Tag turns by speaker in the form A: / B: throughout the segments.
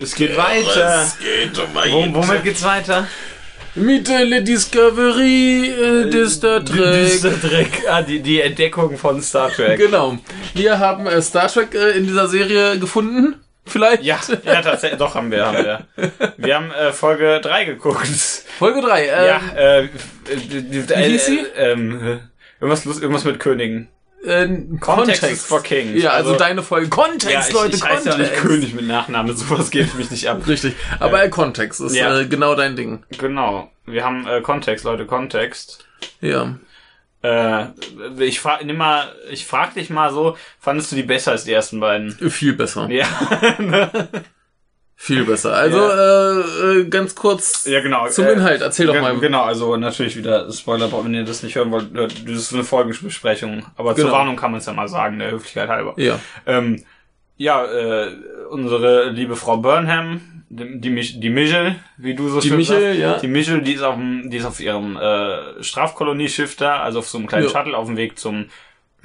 A: Es geht weiter.
B: Es geht um ein-
A: Wo, womit geht's weiter?
C: Mit äh, Le Discovery äh, de Star Trek.
A: Dieser Dreck. Ah, die, die Entdeckung von Star Trek.
C: Genau. Wir haben äh, Star Trek äh, in dieser Serie gefunden. Vielleicht?
A: Ja, ja, tatsächlich. Doch, haben wir, haben wir. Wir haben äh, Folge 3 geguckt.
C: Folge 3. Äh,
A: Ja, äh, äh,
C: wie hieß sie?
A: ähm, irgendwas, lust- irgendwas mit Königen.
C: äh,
A: Context
C: Context.
A: is for Kings.
C: Ja, also,
A: Also-
C: deine Folge. Kontext,
A: ich,
C: Leute,
A: ich heiße
C: Kontext.
A: ja nicht König mit Nachnamen, sowas geht für mich nicht ab.
C: Richtig. Aber äh, Kontext ist
A: Ja.
C: äh, genau dein Ding.
A: Genau, wir haben äh, Kontext, Leute, Kontext.
C: Ja.
A: Äh, ich frag, nimm mal, ich frag dich mal so, fandest du die besser als die ersten beiden?
C: Viel besser.
A: Ja, ne?
C: Viel besser. Also, äh, äh, ganz kurz
A: ja genau.
C: zum
A: äh,
C: Inhalt. Erzähl doch
A: Gen-
C: mal.
A: Genau, also natürlich wieder Spoiler, wenn ihr das nicht hören wollt, äh, das ist eine Folgenbesprechung. Aber zur
C: Genau.
A: Warnung kann man es ja mal sagen, der Höflichkeit halber.
C: Ja.
A: Ähm, ja, äh, unsere liebe Frau Burnham, die, die, Mich- die Michel, wie du so
C: Die
A: schön
C: Michel,
A: sagst.
C: ja.
A: Die Michel, die ist auf, dem, die ist auf ihrem äh, Strafkolonieschiff da, also auf so einem kleinen
C: Ja.
A: Shuttle auf dem Weg zum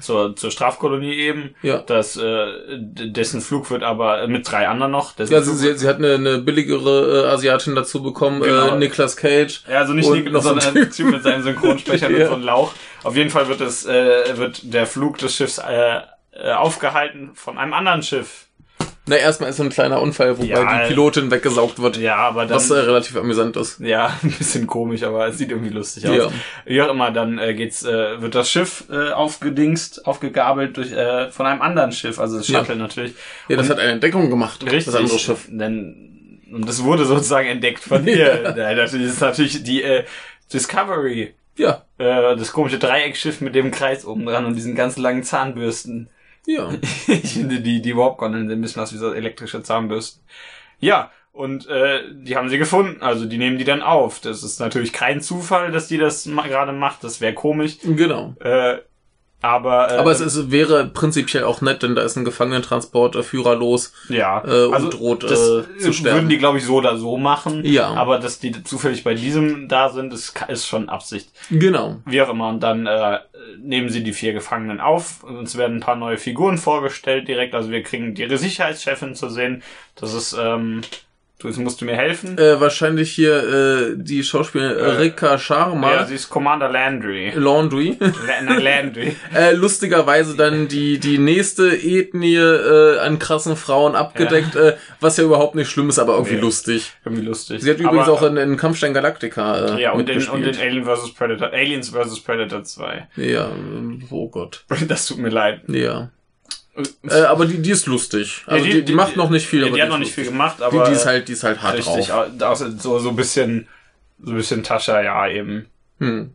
A: zur, zur Strafkolonie eben.
C: Ja.
A: Das, äh, d- dessen Flug wird aber äh, mit drei anderen noch. Dessen
C: Ja, sie,
A: Flug-
C: sie, sie hat eine, eine billigere äh, Asiatin dazu bekommen,
A: Genau.
C: äh, Niklas Cage.
A: Ja, also nicht
C: Und
A: Nick,
C: noch so ein
A: sondern ein
C: Typ.
A: Typ mit seinem Synchronsprecher mit
C: Ja.
A: so einem Lauch. Auf jeden Fall wird es, äh, wird der Flug des Schiffs äh, äh, aufgehalten von einem anderen Schiff.
C: Na, erstmal ist so ein kleiner Unfall, wobei
A: Ja,
C: die Pilotin weggesaugt wird,
A: Ja, aber dann.
C: was äh, relativ amüsant ist.
A: ja, ein bisschen komisch, aber es sieht irgendwie lustig aus.
C: Ja.
A: Wie auch immer, dann äh, geht's, äh, wird das Schiff äh, aufgedingst, aufgegabelt durch äh, von einem anderen Schiff, also das Shuttle natürlich.
C: Ja, das hat eine Entdeckung gemacht.
A: Richtig.
C: Das andere Schiff.
A: Denn, und das wurde sozusagen entdeckt von ihr. Ja. Das ist natürlich die äh, Discovery.
C: Ja.
A: äh, das komische Dreieckschiff mit dem Kreis oben dran und diesen ganz langen Zahnbürsten.
C: Ja.
A: ich finde, die, die Warpgonnen sind ein bisschen aus wie so elektrische Zahnbürsten. Ja, und äh, die haben sie gefunden. Also die nehmen die dann auf. Das ist natürlich kein Zufall, dass die das ma gerade macht. Das wäre komisch.
C: Genau.
A: Äh, aber äh,
C: Aber es ist, wäre prinzipiell auch nett, denn da ist ein Gefangenentransport, äh, führerlos.
A: ja, Also,
C: äh, und droht,
A: das
C: äh, zu sterben.
A: würden die, glaube ich, so oder so machen.
C: Ja.
A: Aber dass die zufällig bei diesem da sind, ist, ist schon Absicht.
C: Genau.
A: wie auch immer. Und dann äh, nehmen sie die vier Gefangenen auf. Uns werden ein paar neue Figuren vorgestellt direkt. Also wir kriegen ihre Sicherheitschefin zu sehen. Das ist, ähm, du jetzt musst du mir helfen.
C: Äh, wahrscheinlich hier äh, die Schauspielerin
A: Äh,
C: Rika Sharma.
A: ja, sie ist Commander Landry.
C: Laundry.
A: La- Nein, Landry.
C: Äh, lustigerweise dann die, die nächste Ethnie äh, an krassen Frauen abgedeckt, äh, was ja überhaupt nicht schlimm ist, aber irgendwie
A: Nee.
C: lustig.
A: Irgendwie lustig.
C: Sie hat übrigens
A: Aber,
C: auch in, in Kampfstein Galactica äh,
A: ja, und in, und
C: mitgespielt.
A: in Alien vs. Predator, Aliens vs. Predator 2.
C: ja, ähm, oh Gott.
A: Das tut mir leid.
C: Ja. Äh, aber die, die ist lustig. Also
A: Ja,
C: die, die, macht noch nicht viel.
A: Ja,
C: aber
A: die hat noch nicht viel
C: ist lustig.
A: gemacht, aber
C: die, die ist halt, die ist halt hart
A: richtig,
C: drauf.
A: au- außer so, so ein bisschen, so ein bisschen Tascha, ja, eben.
C: Hm.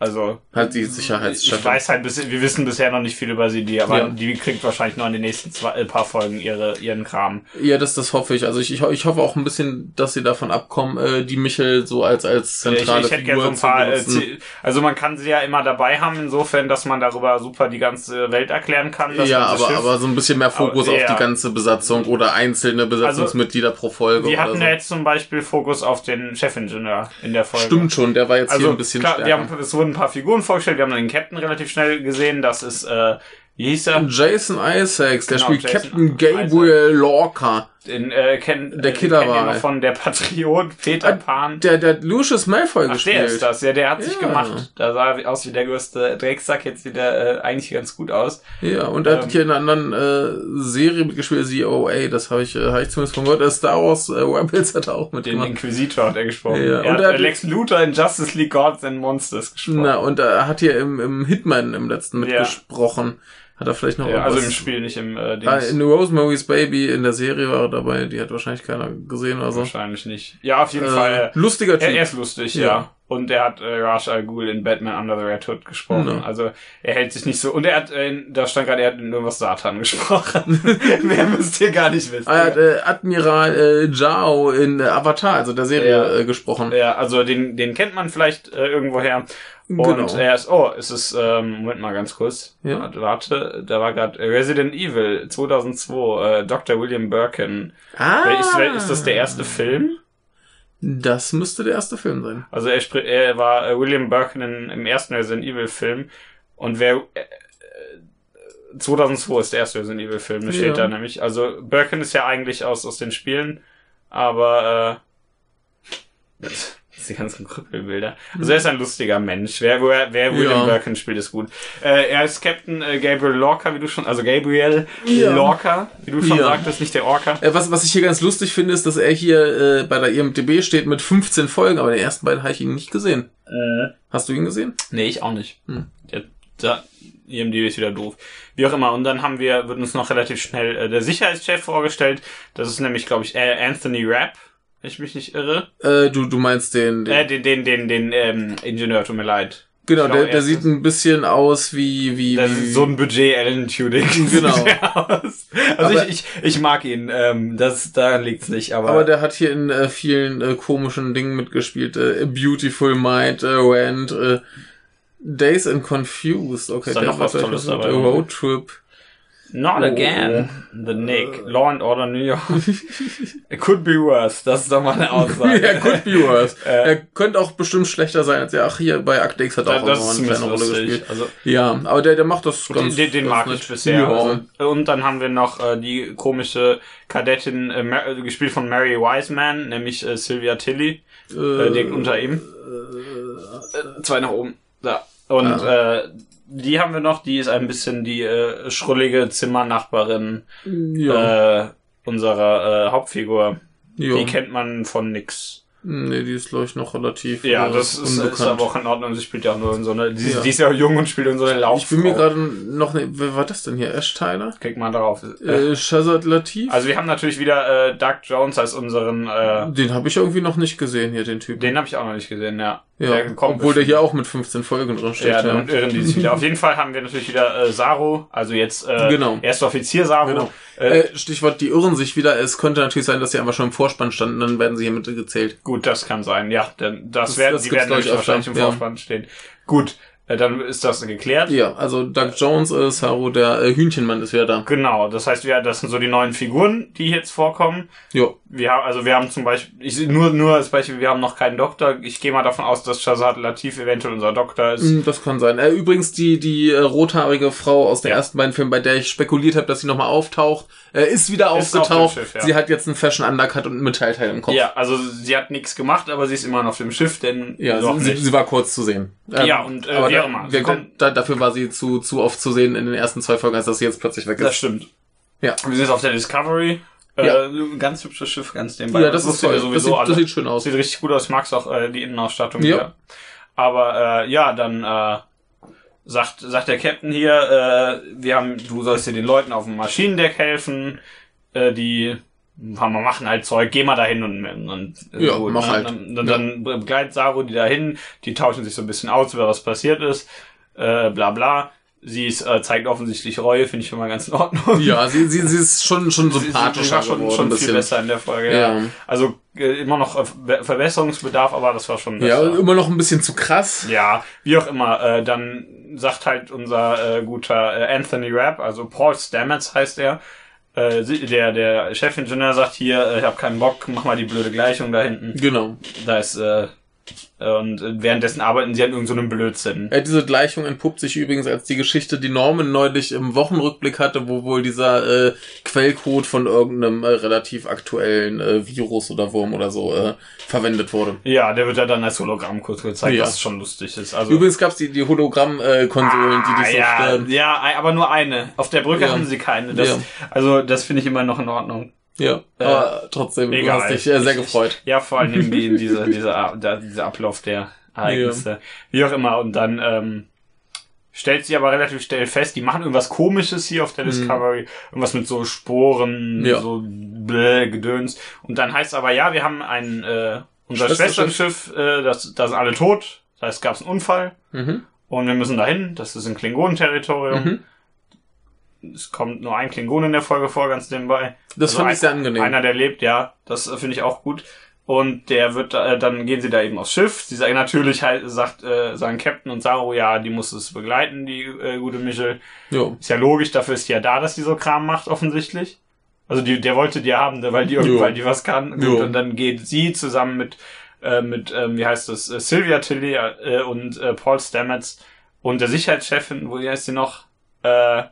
A: Also,
C: Hat die
A: Ich
C: Sicherheitschefin.
A: weiß halt, bis, wir wissen bisher noch nicht viel über sie, die, aber
C: Ja.
A: die kriegt wahrscheinlich noch in den nächsten zwei, äh, paar Folgen ihre, ihren Kram.
C: Ja, das, das hoffe ich. Also ich, ich, ho- ich hoffe auch ein bisschen, dass sie davon abkommen, äh, die Michel so als, als
A: Ich,
C: zentrale
A: ich hätte gerne
C: Figur
A: so ein paar, äh,
C: zu benutzen.
A: Zie- also man kann sie ja immer dabei haben, insofern, dass man darüber super die ganze Welt erklären kann. das
C: Ja,
A: ganze
C: aber,
A: Schiff.
C: aber so ein bisschen mehr Fokus
A: Aber-
C: auf
A: ja. Also,
C: die ganze Besatzung oder einzelne Besatzungsmitglieder pro Folge
A: wir
C: oder
A: hatten ja
C: so.
A: jetzt zum Beispiel Fokus auf den Chefingenieur in der Folge.
C: Stimmt schon, der war jetzt hier
A: Also
C: ein bisschen
A: klar, wir
C: stärker.
A: haben, es wurden ein paar Figuren vorgestellt, wir haben den Captain relativ schnell gesehen, das ist, äh, wie hieß er?
C: Jason Isaacs, der
A: Genau,
C: spielt
A: Jason
C: Captain
A: Isaacs.
C: Gabriel Lorca.
A: Den, äh, kennt,
C: Der
A: äh,
C: Killer
A: kennt ihr
C: war
A: noch
C: er.
A: von der Patriot Peter Pan.
C: Der, der hat Lucius Malfoy
A: Ach,
C: gespielt.
A: der ist das, ja, der hat sich
C: Ja.
A: gemacht. Da sah er aus wie der größte Drecksack, jetzt sieht er äh, eigentlich ganz gut aus.
C: Ja, und er
A: Ähm.
C: hat hier in einer anderen äh, Serie mitgespielt, die OA, das habe ich, äh, hab ich zumindest von gehört. Äh, Star Wars äh, Rebels hat er auch
A: Den
C: mitgemacht.
A: Inquisitor hat er gesprochen.
C: Ja,
A: er
C: und
A: hat,
C: er hat-
A: äh, Lex Luthor in Justice League Gods and Monsters gesprochen.
C: Na, und er hat hier im, im Hitman im letzten
A: Ja.
C: mitgesprochen. Hat er vielleicht noch
A: ja, also im
C: irgendwas-
A: Spiel, nicht im äh,
C: Ah,
A: Dings.
C: in Rosemary's Baby in der Serie war er dabei, die hat wahrscheinlich keiner gesehen oder so.
A: Wahrscheinlich nicht. Ja, auf jeden
C: Äh,
A: Fall.
C: lustiger Typ.
A: Er, er ist lustig, ja.
C: Ja.
A: Und er hat äh, Raj Al Ghul in Batman Under the Red Hood gesprochen.
C: Ja.
A: Also er hält sich nicht so. Und er hat, äh, in- da stand gerade, er hat in irgendwas Satan gesprochen. Mehr müsst ihr gar nicht wissen.
C: Ah, er hat äh, Admiral äh, Zhao in äh, Avatar, also der Serie,
A: Ja.
C: äh, gesprochen.
A: Ja, also den, den kennt man vielleicht äh, irgendwoher. Und
C: Genau.
A: er ist, oh, es ist, ähm, Moment mal ganz kurz.
C: Ja.
A: Warte, Warte, da war gerade Resident Evil 2002, äh, Dr. William Birkin.
C: Ah,
A: Wel- Ist, wel- ist das der erste Film?
C: Das müsste der erste Film sein.
A: Also er, spri- er war äh, William Birkin in, im ersten Resident Evil Film. Und wer... Äh, äh, 2002 ist der erste Resident Evil Film, das steht
C: Ja.
A: da nämlich. Also Birkin ist ja eigentlich aus, aus den Spielen. Aber äh, diese ganzen Krüppelbilder. Also er ist ein lustiger Mensch. Wer, wer, wer William
C: Ja.
A: Birkin spielt, ist gut. Äh, er ist Captain äh, Gabriel Lorca, wie du schon, also Gabriel
C: Ja.
A: Lorca, wie du schon
C: Ja.
A: sagtest, nicht der Orca.
C: Äh, was, was ich hier ganz lustig finde, ist, dass er hier äh, bei der IMDB steht mit 15 Folgen, aber die ersten beiden habe ich ihn nicht gesehen.
A: Äh.
C: Hast du ihn gesehen?
A: Nee, ich auch nicht.
C: Hm.
A: Ja, da, IMDb ist wieder doof. Wie auch immer. Und dann haben wir, wird uns noch relativ schnell äh, der Sicherheitschef vorgestellt. Das ist nämlich, glaube ich, äh, Anthony Rapp, wenn ich mich nicht irre.
C: Äh, du, du meinst den, den
A: Äh, den, den, den, den ähm, Ingenieur, tut mir leid.
C: genau,
A: ich glaub,
C: der, der
A: er-
C: sieht ein bisschen aus wie, wie,
A: Das
C: wie
A: ist so ein Budget Alan Tudyk.
C: Genau.
A: Sieht der aus. Also
C: Aber-
A: ich, ich, ich mag ihn. Ähm, das, daran liegt's nicht. Aber,
C: aber der hat hier in äh, vielen äh, komischen Dingen mitgespielt. Äh, A Beautiful Mind, äh, Rand, äh, Days and Confused. Okay,
A: Ist da
C: der
A: noch
C: war
A: was
C: vielleicht
A: Tolles
C: was mit
A: dabei?
C: A Road Trip. Oh,
A: Not again. The Nick.
C: Äh.
A: Law and Order New York. It could be worse. Das ist doch mal eine Aussage.
C: ja, could be worse.
A: Äh.
C: er könnte auch bestimmt schlechter sein als er. Ach, hier bei Act X hat er
A: Da-
C: auch noch
A: das
C: eine
A: ist
C: kleine
A: zumindest
C: Rolle gespielt.
A: lustig. Also,
C: Ja, aber der, der macht das ganz
A: den, den
C: ganz
A: mag
C: nett.
A: ich bisher.
C: Ja.
A: Also, und dann haben wir noch äh, die komische Kadettin, äh, Ma- äh, gespielt von Mary Wiseman, nämlich äh, Sylvia Tilly, äh, direkt unter ihm. Äh, zwei nach oben. Da. Und äh, die haben wir noch, die ist ein bisschen die äh, schrullige Zimmernachbarin
C: ja.
A: äh, unserer äh, Hauptfigur.
C: ja.
A: Die kennt man von nix.
C: nee, die ist, glaube ich, noch relativ
A: Ja,
C: äh,
A: das ist, ist aber auch in Ordnung. Sie spielt ja auch nur in so einer. Die,
C: Ja.
A: die ist ja jung und spielt in so einer Lauf.
C: ich bin mir gerade noch... Ne, wer war das denn hier? Ash Tyler?
A: Kriegt man darauf.
C: Äh, Shazad Latif?
A: Also wir haben natürlich wieder äh, Doug Jones als unseren. Äh,
C: den habe ich irgendwie noch nicht gesehen hier, den Typen.
A: den habe ich auch noch nicht gesehen, ja.
C: ja, obwohl der
A: bestimmt.
C: hier auch mit 15 Folgen drin steht.
A: Ja,
C: Ja,
A: dann äh, irren die sich wieder. Auf jeden Fall haben wir natürlich wieder äh, Saru, also jetzt äh,
C: Genau.
A: erster Offizier Saru.
C: Genau.
A: Äh,
C: Äh, Stichwort, die irren sich wieder. Es könnte natürlich sein, dass sie einfach schon im Vorspann standen, dann werden sie hier mit gezählt.
A: gut, das kann sein. Ja, denn das,
C: Das-
A: werden
C: das
A: die
C: gibt's,
A: werden
C: glaub ich,
A: nämlich wahrscheinlich im
C: öfter, ja.
A: Vorspann stehen. Gut, äh, dann ist das geklärt.
C: Ja, also Doug Jones, äh, Saru, der äh, Hühnchenmann ist wieder da.
A: Genau, das heißt, wir, das sind so die neuen Figuren, die jetzt vorkommen.
C: Jo.
A: Wir haben, also wir haben zum Beispiel, ich nur nur als Beispiel, wir haben noch keinen Doktor. Ich gehe mal davon aus, dass Shazad Latif eventuell unser Doktor ist.
C: Mm, Das kann sein. Äh, übrigens, die, die äh, rothaarige Frau aus den
A: Ja.
C: ersten beiden Filmen, bei der ich spekuliert habe, dass sie nochmal auftaucht, äh, ist wieder
A: Ist auf dem
C: aufgetaucht.
A: Schiff, ja.
C: Sie hat jetzt einen Fashion Undercut und einen Metallteil im Kopf.
A: Ja, also sie hat nichts gemacht, aber sie ist immer noch auf dem Schiff, denn
C: Ja,
A: noch
C: sie,
A: nicht.
C: sie war kurz zu sehen. Ähm,
A: Ja, und, äh,
C: aber
A: wie
C: da,
A: auch immer. Sie
C: wir-
A: kommt-
C: da, dafür war sie zu, zu oft zu sehen in den ersten zwei Folgen, als dass sie jetzt plötzlich weg
A: das
C: ist.
A: stimmt.
C: Ja.
A: Wir sind jetzt auf der Discovery.
C: Ja.
A: Äh, ein ganz hübsches Schiff, ganz nebenbei.
C: Ja, das, ist
A: sehen wir
C: toll. Das sieht,
A: alle.
C: das sieht schön
A: Das
C: aus.
A: sieht richtig gut aus. Magst auch äh, die Innenausstattung
C: Ja.
A: hier. Aber äh, ja, dann äh, sagt, sagt der Captain hier, äh, wir haben, du sollst dir den Leuten auf dem Maschinendeck helfen, äh, die haben wir machen halt Zeug, geh mal dahin und, und äh,
C: Ja, mach halt.
A: Dann, dann, dann begleitet Saru die dahin, die tauschen sich so ein bisschen aus, über was passiert ist, äh, bla bla. Sie ist, äh, zeigt offensichtlich Reue, finde ich schon mal ganz in Ordnung.
C: Ja, sie, sie, sie ist schon, schon
A: Sie- sie war
C: sympathischer
A: schon,
C: geworden. ein
A: schon viel
C: bisschen.
A: besser in der Folge. Ja.
C: Ja.
A: Also äh, immer noch äh, Ver- Verbesserungsbedarf, aber das war schon
C: Ja,
A: besser.
C: immer noch ein bisschen zu krass.
A: Ja, wie auch immer. Äh, dann sagt halt unser äh, guter äh, Anthony Rapp, also Paul Stamets heißt er, äh, sie- der, der Chefingenieur sagt hier, äh, ich hab keinen Bock, mach mal die blöde Gleichung da hinten.
C: Genau.
A: Da ist, äh, und äh, währenddessen arbeiten sie an irgendeinem Blödsinn.
C: Äh, diese Gleichung entpuppt sich übrigens als die Geschichte, die Norman neulich im Wochenrückblick hatte, wo wohl dieser äh, Quellcode von irgendeinem äh, relativ aktuellen äh, Virus oder Wurm oder so äh, verwendet wurde.
A: Ja, der wird ja dann als Hologramm kurz gezeigt,
C: Ja.
A: was schon lustig ist. Also,
C: Übrigens gab's die, die Hologramm-Konsolen, die dich so
A: Ah ja,
C: stören.
A: ja, ei- aber nur eine. Auf der Brücke
C: Ja.
A: haben sie keine. Das,
C: Ja.
A: Also das finde ich immer noch in Ordnung.
C: Ja, aber trotzdem,
A: Egal.
C: du hast dich äh, sehr
A: Ich- ich-
C: gefreut.
A: Ja, vor allem eben die, diese, diese, A- da- dieser Ablauf der Ereignisse. Wie auch immer. Und dann ähm, stellt sie aber relativ schnell fest, die machen irgendwas Komisches hier auf der Discovery. Irgendwas mit so Sporen,
C: Mhm. Ja.
A: so bläh, Gedöns. Und dann heißt aber, ja, wir haben ein, äh, unser
C: Schwesterschiff.
A: Schwesternschiff, äh, das, da sind alle tot. Das heißt, gab es einen Unfall.
C: Mhm.
A: Und wir müssen dahin. Das ist ein Klingonenterritorium.
C: Mhm.
A: Es kommt nur ein Klingon in der Folge vor, ganz nebenbei.
C: Das
A: Also
C: fand
A: ein,
C: ich sehr angenehm.
A: Einer, der lebt, ja, das äh, finde ich auch gut. Und der wird, da- äh, dann gehen sie da eben aufs Schiff. Sie sagen natürlich, halt, sagt, äh, sagen Captain und Saru, ja, die muss es begleiten, die äh, gute Michel.
C: Jo.
A: Ist ja logisch, dafür ist die ja da, dass die so Kram macht, offensichtlich. Also die, der wollte die ja haben, ne, weil die, irgend-
C: Jo.
A: weil die was kann. Gut,
C: Jo.
A: und dann geht sie zusammen mit, äh, mit ähm, wie heißt das, äh, Sylvia Tilly äh, und äh, Paul Stamets und der Sicherheitschefin, wo wie heißt sie noch? Äh,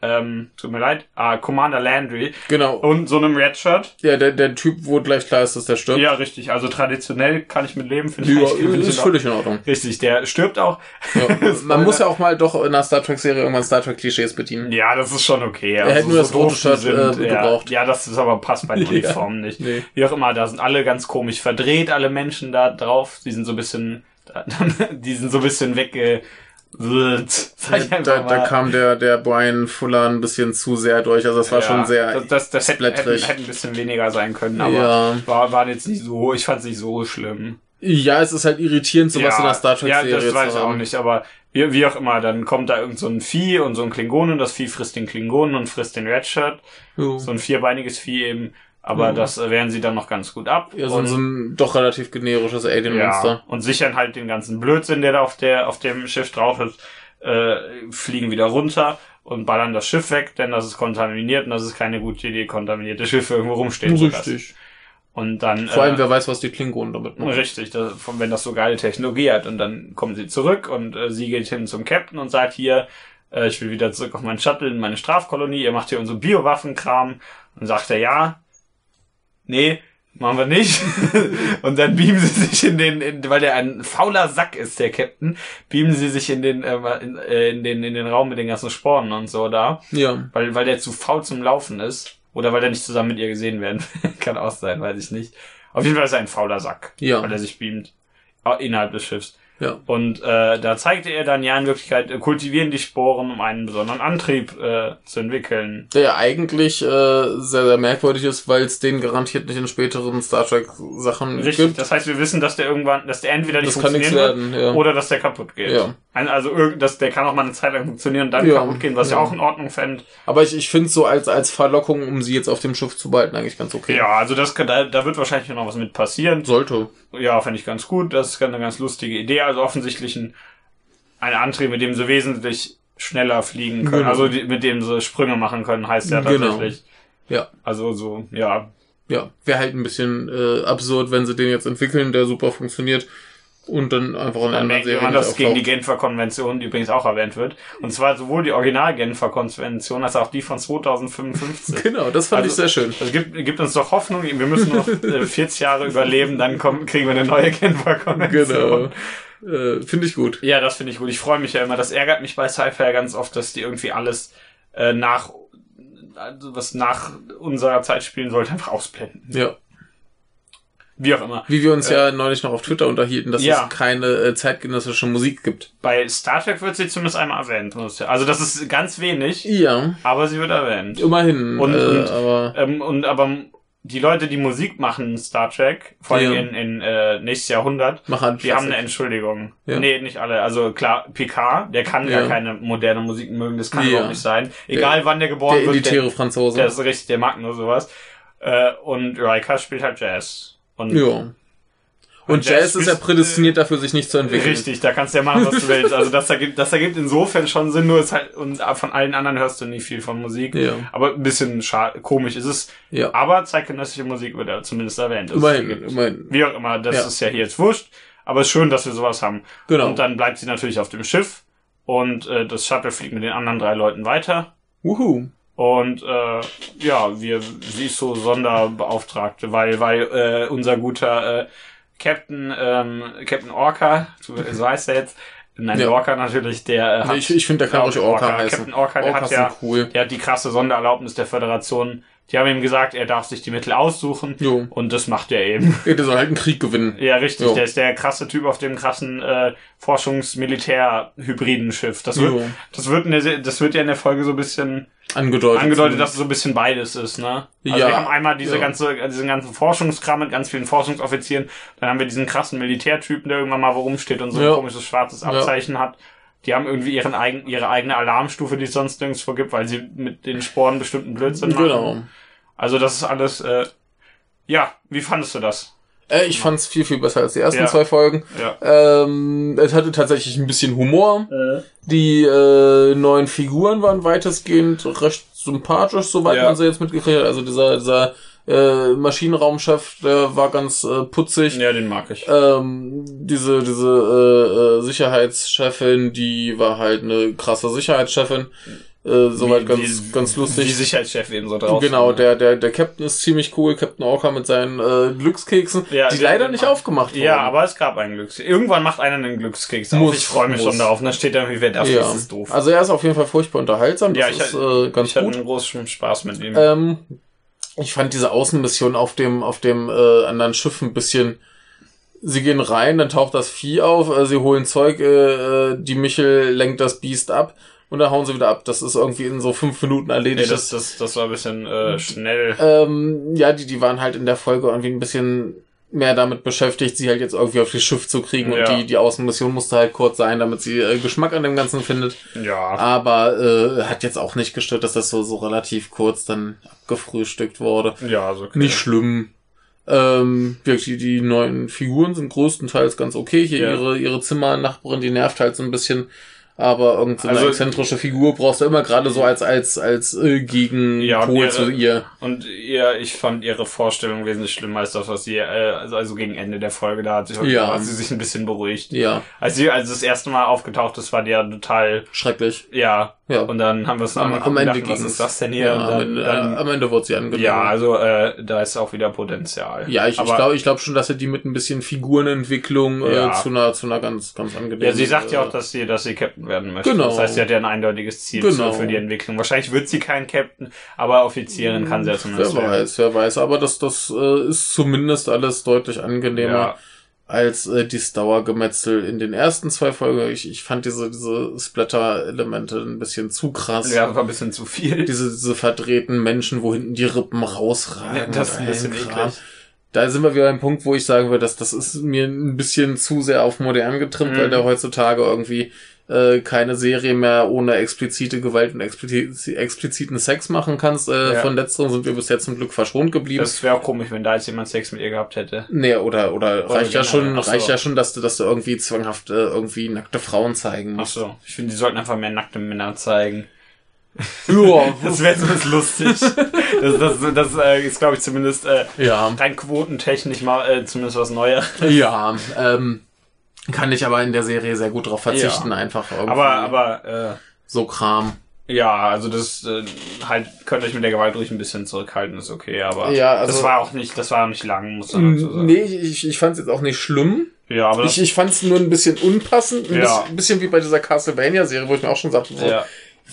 A: ähm, tut mir leid, ah, Commander Landry
C: Genau.
A: und so einem Redshirt.
C: Ja, der, der Typ, wo gleich klar ist, dass der stirbt.
A: Ja, richtig. Also traditionell kann ich mit leben, finde ich.
C: Ja,
A: eigentlich- finde ich
C: ist
A: in
C: völlig in Ordnung.
A: Ordnung. Richtig, der stirbt auch.
C: Ja. Man
A: Spoiler.
C: muss ja auch mal doch in einer Star Trek-Serie irgendwann Star Trek-Klischees bedienen.
A: Ja, das ist schon okay. Also Er
C: hätte nur das rote Shirt, äh,
A: ja.
C: gebraucht.
A: Ja, das ist aber passt bei den
C: Ja.
A: Uniformen nicht.
C: Nee.
A: Wie auch immer, da sind alle ganz komisch verdreht, alle Menschen da drauf. Die sind so ein bisschen, die sind so ein bisschen wegge... Sag ich
C: Da,
A: einfach
C: da,
A: mal.
C: kam der, der Brian Fuller ein bisschen zu sehr durch. Also das war
A: Ja,
C: schon sehr.
A: Das, das, das hätte, hätte,
C: splatterig.
A: hätte ein bisschen weniger sein können, aber
C: Ja.
A: war, waren jetzt nicht so, ich fand es nicht so schlimm.
C: Ja, es ist halt irritierend, sowas in der Star
A: ja,
C: Trek-Serie
A: das
C: zu
A: weiß ich auch
C: haben.
A: nicht, aber wie, wie auch immer, dann kommt da irgend so ein Vieh und so ein Klingonen und das Vieh frisst den Klingonen und frisst den Redshirt.
C: Ja.
A: So ein vierbeiniges Vieh eben, aber
C: Ja.
A: das äh, wehren sie dann noch ganz gut ab.
C: Mhm. Ja, so,
A: und,
C: ein- so ein doch relativ generisches
A: ja,
C: Alien-Monster.
A: und sichern halt den ganzen Blödsinn, der da auf, der, auf dem Schiff drauf ist, äh, fliegen wieder runter und ballern das Schiff weg, denn das ist kontaminiert und das ist keine gute Idee, kontaminierte Schiffe irgendwo rumstehen zu lassen.
C: Richtig.
A: Und dann.
C: Vor allem,
A: äh,
C: wer weiß, was die Klingonen damit machen.
A: Ne? Richtig, das, von- wenn das so geile Technologie hat. Und dann kommen sie zurück und äh, sie geht hin zum Captain und sagt hier, äh, ich will wieder zurück auf meinen Shuttle in meine Strafkolonie, ihr macht hier unsere Biowaffenkram. Und sagt er, ja, nee, machen wir nicht. und dann beamen sie sich in den, in, weil der ein fauler Sack ist, der Captain, beamen sie sich in den, äh, in, äh, in den, in den Raum mit den ganzen Sporen und so da.
C: Ja.
A: Weil, weil der zu faul zum Laufen ist. Oder weil er nicht zusammen mit ihr gesehen werden will. Kann auch sein, weiß ich nicht. Auf jeden Fall ist er ein fauler Sack.
C: Ja.
A: Weil er sich beamt. Äh, Innerhalb des Schiffs.
C: Ja.
A: Und äh, da zeigte er dann ja in Wirklichkeit, äh, kultivieren die Sporen, um einen besonderen Antrieb äh, zu entwickeln.
C: Der ja eigentlich äh, sehr, sehr merkwürdig ist, weil es den garantiert nicht in späteren Star Trek-Sachen
A: Richtig.
C: gibt.
A: Das heißt, wir wissen, dass der irgendwann, dass der entweder nicht
C: Das kann nichts
A: funktionieren wird
C: werden. Ja.
A: oder dass der kaputt geht.
C: Ja.
A: Ein- Also irgend- dass der kann auch mal eine Zeit lang funktionieren und dann
C: Ja.
A: kaputt gehen, was
C: Ja.
A: ich auch in Ordnung fände.
C: Aber ich, ich finde es so als, als Verlockung, um sie jetzt auf dem Schiff zu behalten, eigentlich ganz okay.
A: Ja, also das kann, da, da wird wahrscheinlich noch was mit passieren.
C: Sollte.
A: Ja, fände ich ganz gut. Das ist eine ganz lustige Idee. Also offensichtlich ein, ein Antrieb, mit dem sie wesentlich schneller fliegen können.
C: Genau.
A: Also die, mit dem sie Sprünge machen können, heißt ja
C: Genau.
A: tatsächlich.
C: Ja.
A: Also so, ja.
C: Ja. Wäre halt ein bisschen äh, absurd, wenn sie den jetzt entwickeln, der super funktioniert und dann einfach in
A: Dann
C: einer
A: merkt
C: Serie
A: man,
C: nicht
A: dass gegen die
C: auftaucht.
A: Genfer Konvention, die übrigens auch erwähnt wird. Und zwar sowohl die Original-Genfer Konvention als auch die von 2055.
C: Genau, das fand
A: Also-
C: ich sehr schön.
A: Das gibt, gibt uns doch Hoffnung, wir müssen noch äh, 40 Jahre überleben, dann kommen, kriegen wir eine neue Genfer Konvention.
C: Genau. Äh, finde ich gut.
A: Ja, das finde ich gut. Ich freue mich ja immer. Das ärgert mich bei Sci-Fi ja ganz oft, dass die irgendwie alles äh, nach also was nach unserer Zeit spielen sollte, einfach ausblenden.
C: Ja.
A: Wie auch immer.
C: Wie wir uns ja neulich noch auf Twitter unterhielten, dass
A: ja.
C: es keine äh, zeitgenössische Musik gibt.
A: Bei Star Trek wird sie zumindest einmal erwähnt. Also das ist ganz wenig,
C: Ja,
A: aber sie wird erwähnt.
C: immerhin.
A: Und-
C: äh,
A: und-
C: aber
A: Ähm, und aber die Leute, die Musik machen in Star Trek, vor allem
C: Ja.
A: in, in äh, nächstes Jahrhundert,
C: mach an
A: die haben eine Entschuldigung.
C: Ja.
A: Nee, nicht alle. Also klar, Picard, der kann
C: Ja.
A: gar keine moderne Musik mögen, das kann
C: Ja.
A: überhaupt nicht sein. Egal wann der geboren
C: Der
A: wird, der-
C: elitäre Franzose.
A: Der ist richtig, der mag nur sowas. Äh, und Riker spielt halt Jazz. Und
C: ja. Und
A: Jazz
C: Jazz ist ja
A: bist-
C: prädestiniert dafür, sich nicht zu entwickeln.
A: richtig, da kannst du ja machen, was du willst. Also das ergibt, das ergibt insofern schon Sinn, nur ist halt, und von allen anderen hörst du nicht viel von Musik.
C: Ja.
A: Aber ein bisschen scha- komisch ist es.
C: Ja.
A: Aber zeitgenössische Musik wird ja zumindest erwähnt. dass es
C: Immerhin,
A: gibt.
C: immerhin.
A: Wie auch immer, das
C: Ja.
A: ist ja hier jetzt wurscht. Aber es ist schön, dass wir sowas haben.
C: Genau.
A: Und dann bleibt sie natürlich auf dem Schiff. Und äh, das Shuttle fliegt mit den anderen drei Leuten weiter.
C: Wuhu.
A: Und äh, ja, wir, sie ist so Sonderbeauftragte, weil, weil äh, unser guter äh, Captain, ähm, Captain Orca, so heißt er jetzt, nein,
C: Ja.
A: Orca natürlich, der äh, hat,
C: Nee, ich ich finde, der kann ruhig Orca, heißen.
A: Captain Orca, der
C: Orcas
A: hat ja,
C: sind cool.
A: der hat die krasse Sondererlaubnis der Föderation. Die haben ihm gesagt, er darf sich die Mittel aussuchen
C: Jo.
A: und das macht er eben.
C: Ja, der soll halt einen Krieg gewinnen.
A: Ja, richtig,
C: Jo.
A: der ist der krasse Typ auf dem krassen äh, Forschungsmilitär-hybriden Schiff. Das wird,
C: Jo.
A: das, wird in der, Se- das wird ja in der Folge so ein bisschen
C: Angedeutet.
A: angedeutet, dass es so ein bisschen beides ist, ne? Also
C: Ja.
A: wir haben einmal diese
C: Ja.
A: ganze, äh, diesen ganzen Forschungskram mit ganz vielen Forschungsoffizieren, dann haben wir diesen krassen Militärtypen, der irgendwann mal wo rumsteht und so
C: Ja.
A: ein komisches schwarzes Abzeichen hat. Die haben irgendwie ihren eigen, ihre eigene Alarmstufe, die es sonst nirgendwo gibt, weil sie mit den Sporen bestimmten Blödsinn machen.
C: Genau.
A: Also das ist alles, äh, ja, wie fandest du das?
C: Äh, ich fand's viel, viel besser als die ersten
A: Ja.
C: zwei Folgen.
A: Ja.
C: Ähm, es hatte tatsächlich ein bisschen Humor. Die äh, neuen Figuren waren weitestgehend recht sympathisch, soweit
A: Ja.
C: man sie jetzt mitgekriegt hat. Also dieser, dieser äh, Maschinenraumchef, der war ganz äh, putzig.
A: Ja, den mag ich.
C: Ähm, diese diese äh, äh, Sicherheitschefin, die war halt eine krasse Sicherheitschefin. Äh, soweit
A: Wie-
C: ganz,
A: wie-
C: ganz lustig.
A: Die Sicherheitschef eben so draußen.
C: Genau, der, der, der Captain ist ziemlich cool, Captain Orca mit seinen äh, Glückskeksen,
A: Ja,
C: die
A: der-
C: leider
A: der-
C: nicht aufgemacht wurden.
A: Ja, aber es gab einen Glückskeks. Irgendwann macht einer einen Glückskeks auf.
C: Muss,
A: ich freue mich
C: muss.
A: schon darauf. Und dann steht da irgendwie, wer darf,
C: ja.
A: das ist doof.
C: Also er ist auf jeden Fall furchtbar unterhaltsam, das
A: Ja, ich
C: ist äh, ganz
A: ich hatte
C: gut.
A: einen großen Spaß mit ihm.
C: Ähm, ich fand diese Außenmission auf dem, auf dem äh, anderen Schiff ein bisschen. Sie gehen rein, dann taucht das Vieh auf, äh, sie holen Zeug, äh, äh, die Michel lenkt das Biest ab und dann hauen sie wieder ab. Das ist irgendwie in so fünf Minuten
A: nee,
C: erledigt.
A: das, das, das war ein bisschen äh, schnell.
C: ähm, ja, die, die waren halt in der Folge irgendwie ein bisschen mehr damit beschäftigt, sie halt jetzt irgendwie auf das Schiff zu kriegen
A: Ja.
C: und die, die Außenmission musste halt kurz sein, damit sie äh, Geschmack an dem Ganzen findet.
A: Ja.
C: Aber äh, hat jetzt auch nicht gestört, dass das so, so relativ kurz dann abgefrühstückt wurde.
A: Ja, so okay.
C: Nicht schlimm. Ähm, wirklich, die neuen Figuren sind größtenteils ganz okay. Hier
A: Ja.
C: ihre, ihre Zimmernachbarin, die nervt halt so ein bisschen. Aber irgendeine so eine
A: Also-
C: exzentrische Figur brauchst du immer gerade so als, als, als äh, Gegenpol
A: Ja, und ihre-
C: zu ihr.
A: Und ihr, ich fand ihre Vorstellung wesentlich schlimmer als das, was sie, äh, also, also gegen Ende der Folge, da hat sie,
C: Ja.
A: hat sie sich ein bisschen beruhigt.
C: Ja,
A: Als sie, als das erste Mal aufgetaucht ist, war die ja total,
C: schrecklich.
A: ja.
C: Ja.
A: Und dann haben wir es
C: am,
A: angeguckt
C: am
A: und
C: Ende
A: dachten, was
C: ging's.
A: ist das denn hier?
C: Ja,
A: und
C: am,
A: dann,
C: Ende, äh,
A: dann,
C: am Ende wurde sie angenommen.
A: ja, also, äh, da ist auch wieder Potenzial.
C: Ja, ich, ich
A: Aber-
C: glaube ich glaub schon, dass er die mit ein bisschen Figurenentwicklung
A: Ja.
C: äh, zu einer zu einer ganz ganz angenehmen.
A: Ja, sie sagt ja
C: äh,
A: auch, dass sie, dass sie Captain werden möchte.
C: Genau.
A: Das heißt, sie hat ja ein eindeutiges Ziel
C: Genau.
A: zu- für die Entwicklung. Wahrscheinlich wird sie kein Captain, aber Offizierin kann sie ja
C: Hm, Wer
A: zumindest werden.
C: weiß, wer weiß, aber das, das äh, ist zumindest alles deutlich angenehmer
A: Ja,
C: als äh, dieses Dauergemetzel in den ersten zwei Folgen. Ich, ich fand diese, diese Splatter-Elemente ein bisschen zu krass.
A: ja, war ein bisschen zu viel.
C: Diese, diese verdrehten Menschen, wo hinten die Rippen rausragen.
A: Ja, das ist ein
C: und
A: bisschen
C: allen Kram.
A: eklig.
C: Da sind wir wieder beim Punkt, wo ich sagen würde, dass das ist mir ein bisschen zu sehr auf modern getrimmt,
A: Mhm.
C: weil da heutzutage irgendwie äh, keine Serie mehr ohne explizite Gewalt und explizi expliziten Sex machen kannst. Äh,
A: Ja.
C: Von letzterem sind wir bisher zum Glück verschont geblieben.
A: Das wäre auch komisch, wenn da jetzt jemand Sex mit ihr gehabt hätte.
C: Nee, oder, oder,
A: Oder
C: reicht ja
A: generell,
C: schon,
A: ach so.
C: reicht ja schon, dass du, dass du irgendwie zwanghaft äh, irgendwie nackte Frauen zeigen
A: Ach
C: musst.
A: so. Ich finde, die sollten einfach mehr nackte Männer zeigen.
C: Ja,
A: Das wäre zumindest lustig. Das, das, das äh, ist, glaube ich, zumindest äh,
C: ja,
A: rein quotentechnisch mal äh, zumindest was Neues.
C: ja, ähm, kann ich aber in der Serie sehr gut drauf verzichten,
A: Ja.
C: einfach irgendwie
A: Aber, aber,
C: so Kram.
A: äh, ja, also das äh, halt, könnt euch mit der Gewalt ruhig ein bisschen zurückhalten, ist okay, aber
C: Ja, also-
A: das war auch nicht, das war auch nicht lang, muss man dazu sagen.
C: Hm, Nee, ich, ich fand's jetzt auch nicht schlimm.
A: Ja, aber das,
C: Ich, ich fand's nur ein bisschen unpassend, ein
A: Ja.
C: bisschen, ein bisschen wie bei dieser Castlevania-Serie, wo ich mir auch schon sagte, so,
A: ja.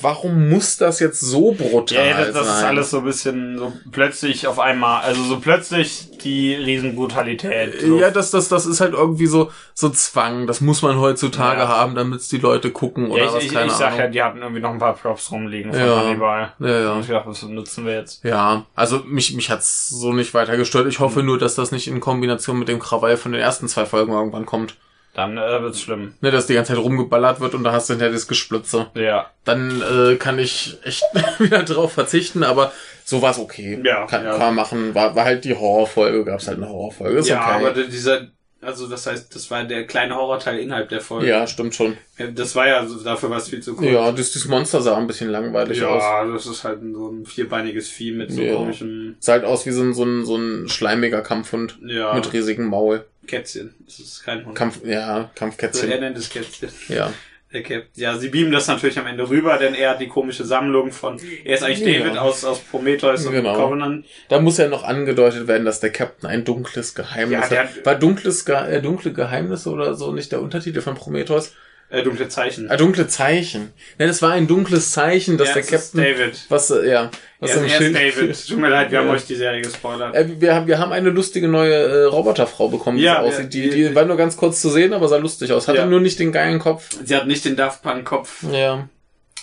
C: warum muss das jetzt so
A: Ja,
C: brutal
A: ja, das, das
C: sein?
A: ist alles so ein bisschen so plötzlich auf einmal, also so plötzlich die Riesenbrutalität. So.
C: Äh, Ja, das, das, das ist halt irgendwie so, so Zwang. Das muss man heutzutage
A: Ja.
C: haben, damit's die Leute gucken oder
A: ja,
C: was,
A: ich, ich,
C: keine
A: ich sag halt- ja,
C: Ahnung.
A: die hatten irgendwie noch ein paar Props rumliegen von
C: Ja.
A: Hannibal. Und
C: ja, ja.
A: ich dachte, was nutzen wir jetzt?
C: Ja, also mich, mich hat's so nicht weiter gestört. Ich
A: Mhm.
C: hoffe nur, dass das nicht in Kombination mit dem Krawall von den ersten zwei Folgen irgendwann kommt.
A: Dann äh, wird's schlimm.
C: Ne, dass die ganze Zeit rumgeballert wird und da hast du hinterher das Gesplitze.
A: Ja.
C: Dann äh, kann ich echt wieder drauf verzichten, aber so war's okay.
A: Ja,
C: Kann,
A: ja.
C: kann man machen. War, war halt die Horrorfolge, gab's halt eine Horrorfolge. Ist okay.
A: dieser, also das heißt, das war der kleine Horrorteil innerhalb der Folge.
C: ja, stimmt schon.
A: Das war ja, dafür war es viel zu
C: Ja, das, das Monster sah ein bisschen langweilig aus.
A: das ist halt so ein vierbeiniges Vieh mit
C: so Ja.
A: komischem,
C: Sah halt aus wie so ein, so ein, so ein schleimiger Kampfhund
A: ja,
C: mit riesigem Maul.
A: Kätzchen. Das ist kein Hund.
C: Kampf, ja, Kampfkätzchen.
A: nennt es Kätzchen.
C: Ja.
A: Der Cap. Ja, sie beamen das natürlich am Ende rüber, denn er hat die komische Sammlung von. Er ist eigentlich
C: Ja.
A: David aus, aus Prometheus
C: Genau.
A: und Covenant.
C: Da muss ja noch angedeutet werden, dass der Captain ein dunkles Geheimnis
A: Ja,
C: hat.
A: der hat-
C: War dunkles Ge äh, dunkle Geheimnisse oder so nicht der Untertitel von Prometheus?
A: Äh, dunkle Zeichen.
C: Ah, dunkle Zeichen. Ne, das war ein dunkles Zeichen, dass
A: Ja,
C: der
A: es ist
C: Captain
A: David.
C: was äh, ja, was
A: er
C: im
A: ist, er ist
C: Schild.
A: David. Tut mir leid, wir
C: Ja.
A: haben euch die Serie gespoilert.
C: Äh, wir haben wir haben eine lustige neue äh, Roboterfrau bekommen, die
A: Ja,
C: so
A: ja,
C: aussieht. Die,
A: die-
C: die war nur ganz kurz zu sehen, aber sah lustig aus. Hatte
A: Ja.
C: nur nicht den geilen Kopf.
A: Sie hat nicht den Daft Punk Kopf,
C: Ja.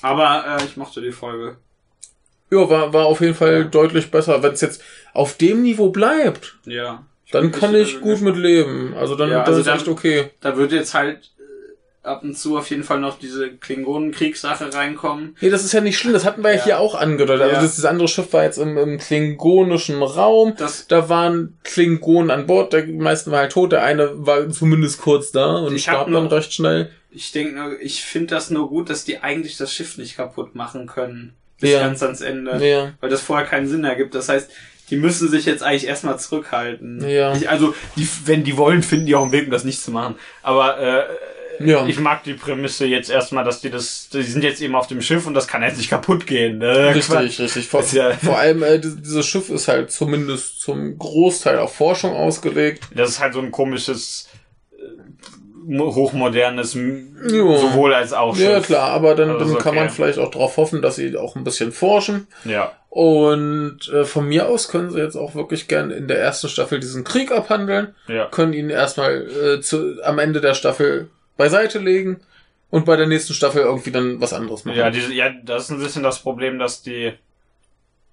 A: aber äh, ich mochte die Folge.
C: Ja, war, war auf jeden Fall
A: Ja.
C: deutlich besser. Wenn es jetzt auf dem Niveau bleibt,
A: Ja.
C: dann
A: bin
C: kann
A: nicht-
C: ich gut mit leben. Also dann,
A: äh, Ja,
C: dann
A: also
C: ist
A: dann-
C: echt okay.
A: Da wird jetzt halt äh, ab und zu auf jeden Fall noch diese Klingonenkriegssache reinkommen.
C: Nee, das ist ja nicht schlimm, das hatten wir ja,
A: Ja.
C: hier auch angedeutet. Also
A: Ja.
C: das, das andere Schiff war jetzt im, im klingonischen Raum.
A: Das,
C: Da waren Klingonen an Bord, der die meisten war halt tot, der eine war zumindest kurz da und
A: Ich hab
C: starb dann
A: noch-
C: recht schnell.
A: ich denke, ich finde das nur gut, dass die eigentlich das Schiff nicht kaputt machen können. Bis
C: Ja.
A: ganz ans Ende.
C: Ja.
A: weil das vorher keinen Sinn ergibt. Das heißt, die müssen sich jetzt eigentlich erstmal zurückhalten.
C: Ja.
A: Ich, also, die, wenn die wollen, finden die auch einen Weg, um das nicht zu machen. Aber äh,
C: Ja.
A: ich mag die Prämisse jetzt erstmal, dass die das, die sind jetzt eben auf dem Schiff und das kann jetzt nicht kaputt gehen. Ne?
C: Richtig, richtig. Vor,
A: Ist ja-
C: vor allem, äh, dies- dieses Schiff ist halt zumindest zum Großteil auf Forschung ausgelegt.
A: Das ist halt so ein komisches, äh, mo- hochmodernes, m-
C: Ja.
A: sowohl als auch
C: Ja,
A: Schiff.
C: klar, aber dann,
A: Also
C: dann
A: ist
C: kann
A: okay.
C: man vielleicht auch darauf hoffen, dass sie auch ein bisschen forschen.
A: Ja.
C: Und äh, von mir aus können sie jetzt auch wirklich gern in der ersten Staffel diesen Krieg abhandeln,
A: Ja.
C: können ihn erstmal äh, zu, am Ende der Staffel beiseite legen und bei der nächsten Staffel irgendwie dann was anderes machen.
A: Ja, diese, ja, das ist ein bisschen das Problem, dass die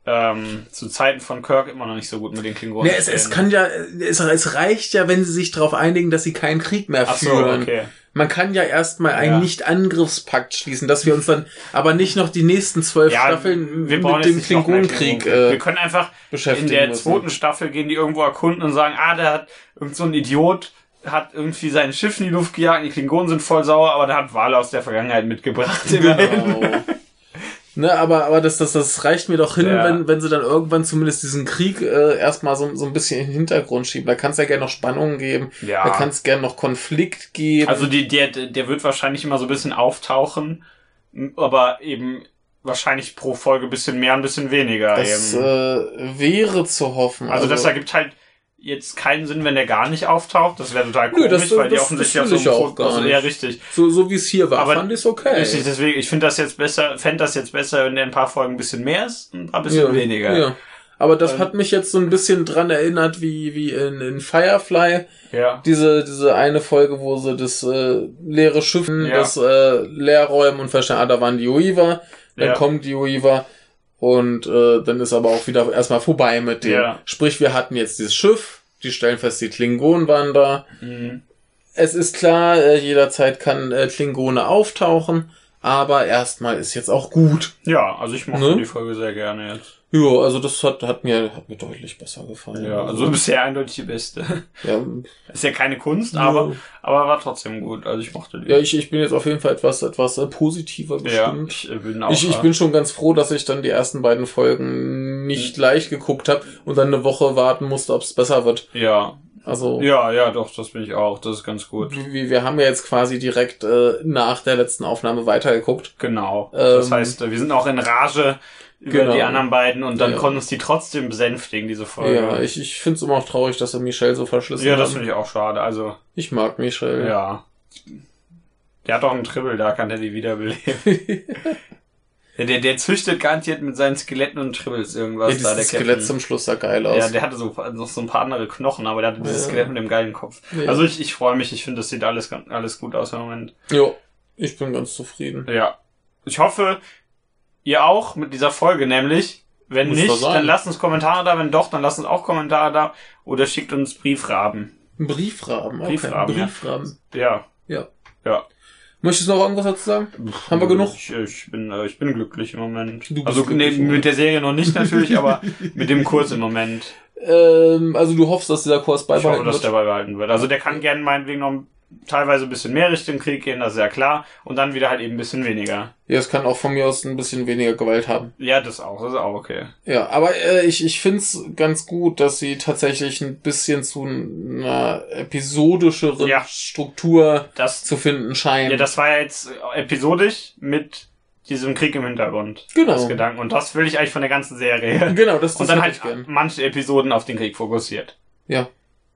A: ähm, zu Zeiten von Kirk immer noch nicht so gut mit den Klingonen
C: Ne, es, es
A: stehen.
C: kann ja, es, es reicht ja, wenn sie sich darauf einigen, dass sie keinen Krieg mehr
A: Ach so,
C: führen.
A: okay.
C: Man kann ja erstmal einen
A: Ja.
C: Nicht-Angriffspakt schließen, dass wir uns dann aber nicht noch die nächsten zwölf
A: Ja,
C: Staffeln
A: wir brauchen
C: mit
A: jetzt
C: dem
A: nicht noch mehr
C: Klingonenkrieg
A: Klingonen.
C: äh,
A: Wir können einfach in
C: beschäftigen
A: der
C: müssen.
A: zweiten Staffel gehen die irgendwo erkunden und sagen, ah, da hat irgend so ein Idiot hat irgendwie sein Schiff in die Luft gejagt, die Klingonen sind voll sauer, aber da hat Wale aus der Vergangenheit mitgebracht. immerhin.
C: Genau. Ne, aber, aber das, das, das reicht mir doch hin,
A: Ja.
C: wenn, wenn sie dann irgendwann zumindest diesen Krieg äh, erstmal so, so ein bisschen in den Hintergrund schieben. Da kann es ja gerne noch Spannungen geben,
A: Ja.
C: da kann es gerne noch Konflikt geben.
A: Also die, der, der wird wahrscheinlich immer so ein bisschen auftauchen, aber eben wahrscheinlich pro Folge ein bisschen mehr, ein bisschen weniger.
C: das
A: Also, eben.
C: äh, wäre zu hoffen.
A: Also das ergibt halt jetzt keinen Sinn, wenn der gar nicht auftaucht. Das wäre total komisch,
C: Nö, das-
A: weil die
C: das-
A: offensichtlich
C: das
A: auf
C: will
A: so
C: ich
A: einem
C: auch
A: Pro-
C: gar
A: also,
C: nicht.
A: Ja, richtig.
C: so, so wie es hier war,
A: Aber-
C: fand ich okay.
A: Richtig, deswegen, ich finde das jetzt besser, fände das jetzt besser, wenn der ein paar Folgen ein bisschen mehr ist, ein paar bisschen
C: Ja,
A: weniger.
C: Ja. Aber das
A: Ähm,
C: hat mich jetzt so ein bisschen dran erinnert, wie, wie in, in Firefly,
A: ja.
C: diese, diese eine Folge, wo sie das äh, leere Schiff,
A: Ja.
C: das äh, leer räumen und verstehen, ah, da waren die Weaver, dann
A: Ja.
C: kommen die Weaver und äh, dann ist aber auch wieder erstmal vorbei mit dem.
A: Ja.
C: Sprich, wir hatten jetzt dieses Schiff, die stellen fest, die Klingonen waren da.
A: Mhm.
C: Es ist klar, äh, jederzeit kann äh, Klingone auftauchen, aber erstmal ist jetzt auch gut.
A: Ja, also ich mochte
C: Ne?
A: die Folge sehr gerne jetzt.
C: Ja, also das hat, hat mir hat mir deutlich besser gefallen.
A: Ja, also bisher eindeutig die beste.
C: ja,
A: Ist ja keine Kunst, aber,
C: Ja.
A: aber war trotzdem gut. Also ich mochte die.
C: ja ich, ich bin jetzt auf jeden Fall etwas etwas äh, positiver
A: Ja,
C: gestimmt.
A: ich äh, bin auch.
C: Ich, ich
A: äh,
C: bin schon ganz froh, dass ich dann die ersten beiden Folgen nicht
A: Mhm.
C: leicht geguckt habe und dann eine Woche warten musste, ob es besser wird.
A: ja,
C: Also
A: ja, ja, doch, das bin ich auch. Das ist ganz gut.
C: wir, wir haben ja jetzt quasi direkt äh, nach der letzten Aufnahme weitergeguckt.
A: Genau.
C: Ähm,
A: das heißt, wir sind auch in Rage über
C: Genau.
A: die anderen beiden und dann
C: Ja.
A: konnten uns die trotzdem besänftigen, diese Folge.
C: Ja, ich, ich finde es immer auch traurig, dass er Michelle so verschlissen
A: Oh, ja
C: hat.
A: das finde ich auch schade. Also,
C: ich. mag Michelle.
A: ja. Der hat doch einen Tribble, da kann der die wiederbeleben. der, der, der züchtet garantiert mit seinen Skeletten und Tribbles
C: Ja,
A: irgendwas
C: dieses
A: da, der Captain.
C: Skelett zum Schluss sah geil aus.
A: Ja, der hatte so, noch so ein paar andere Knochen, aber der hatte dieses
C: Ja.
A: Skelett mit dem geilen Kopf.
C: Ja.
A: Also ich, ich freue mich, ich finde, das sieht alles, ganz- alles gut aus im Moment.
C: jo, ich bin ganz zufrieden.
A: Ja. Ich hoffe, ihr auch mit dieser Folge, nämlich, wenn
C: Muss doch
A: nicht,
C: sein.
A: dann lasst uns Kommentare da, wenn doch, dann lasst uns auch Kommentare da oder schickt uns Briefraben.
C: Ein Briefrahmen, okay.
A: Briefraben, ja.
C: Briefraben.
A: Ja.
C: Ja.
A: Ja.
C: Möchtest du noch irgendwas dazu sagen? Haben wir genug?
A: Ich, ich, bin, äh, ich bin glücklich im Moment.
C: Du bist
A: also
C: glücklich,
A: nee,
C: oder?
A: mit der Serie noch nicht natürlich, aber mit dem Kurs im Moment.
C: Ähm, also du hoffst, dass dieser Kurs
A: Ich hoffe,
C: beibehalten
A: dass
C: wird.
A: der beibehalten wird. Also der kann gerne meinetwegen noch teilweise ein bisschen mehr Richtung Krieg gehen, das ist ja klar. Und dann wieder halt eben ein bisschen weniger.
C: Ja, es kann auch von mir aus ein bisschen weniger Gewalt haben.
A: Ja, das auch, das ist auch okay.
C: Ja, aber äh, ich, ich find's ganz gut, dass sie tatsächlich ein bisschen zu einer episodischeren
A: Ja.
C: Struktur
A: Das,
C: zu finden scheint.
A: ja, das war ja jetzt äh, episodisch mit diesem Krieg im Hintergrund.
C: Genau.
A: Das Gedanken. Und das will ich eigentlich von der ganzen Serie.
C: genau, das, das
A: Und dann
C: hätte
A: halt
C: ich gern.
A: manche Episoden auf den Krieg fokussiert.
C: Ja.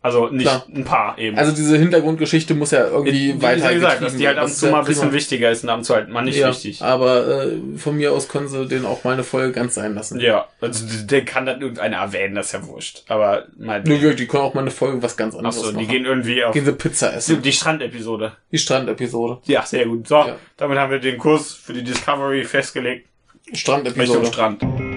A: Also nicht
C: Klar.
A: ein paar eben. Äh,
C: Also diese Hintergrundgeschichte muss ja irgendwie
A: Wie
C: weiter
A: gesagt, dass die halt ab und zu mal ein bisschen
C: wichtig
A: wichtiger ist und ab und zu halt mal nicht
C: ja,
A: wichtig.
C: Aber äh, von mir aus können sie den auch mal eine Folge ganz sein lassen.
A: Ja, also der kann dann irgendeiner erwähnen, das ist ja wurscht. Aber mal
C: Nur wirklich, die können auch mal eine Folge was ganz anderes
A: Achso, die
C: machen.
A: gehen irgendwie auf
C: gehen sie Pizza
A: die,
C: essen.
A: die Strandepisode.
C: Die Strandepisode.
A: Ja, sehr gut. So,
C: Ja.
A: damit haben wir den Kurs für die Discovery festgelegt. Richtung
C: Strandepisode.
A: um Strand.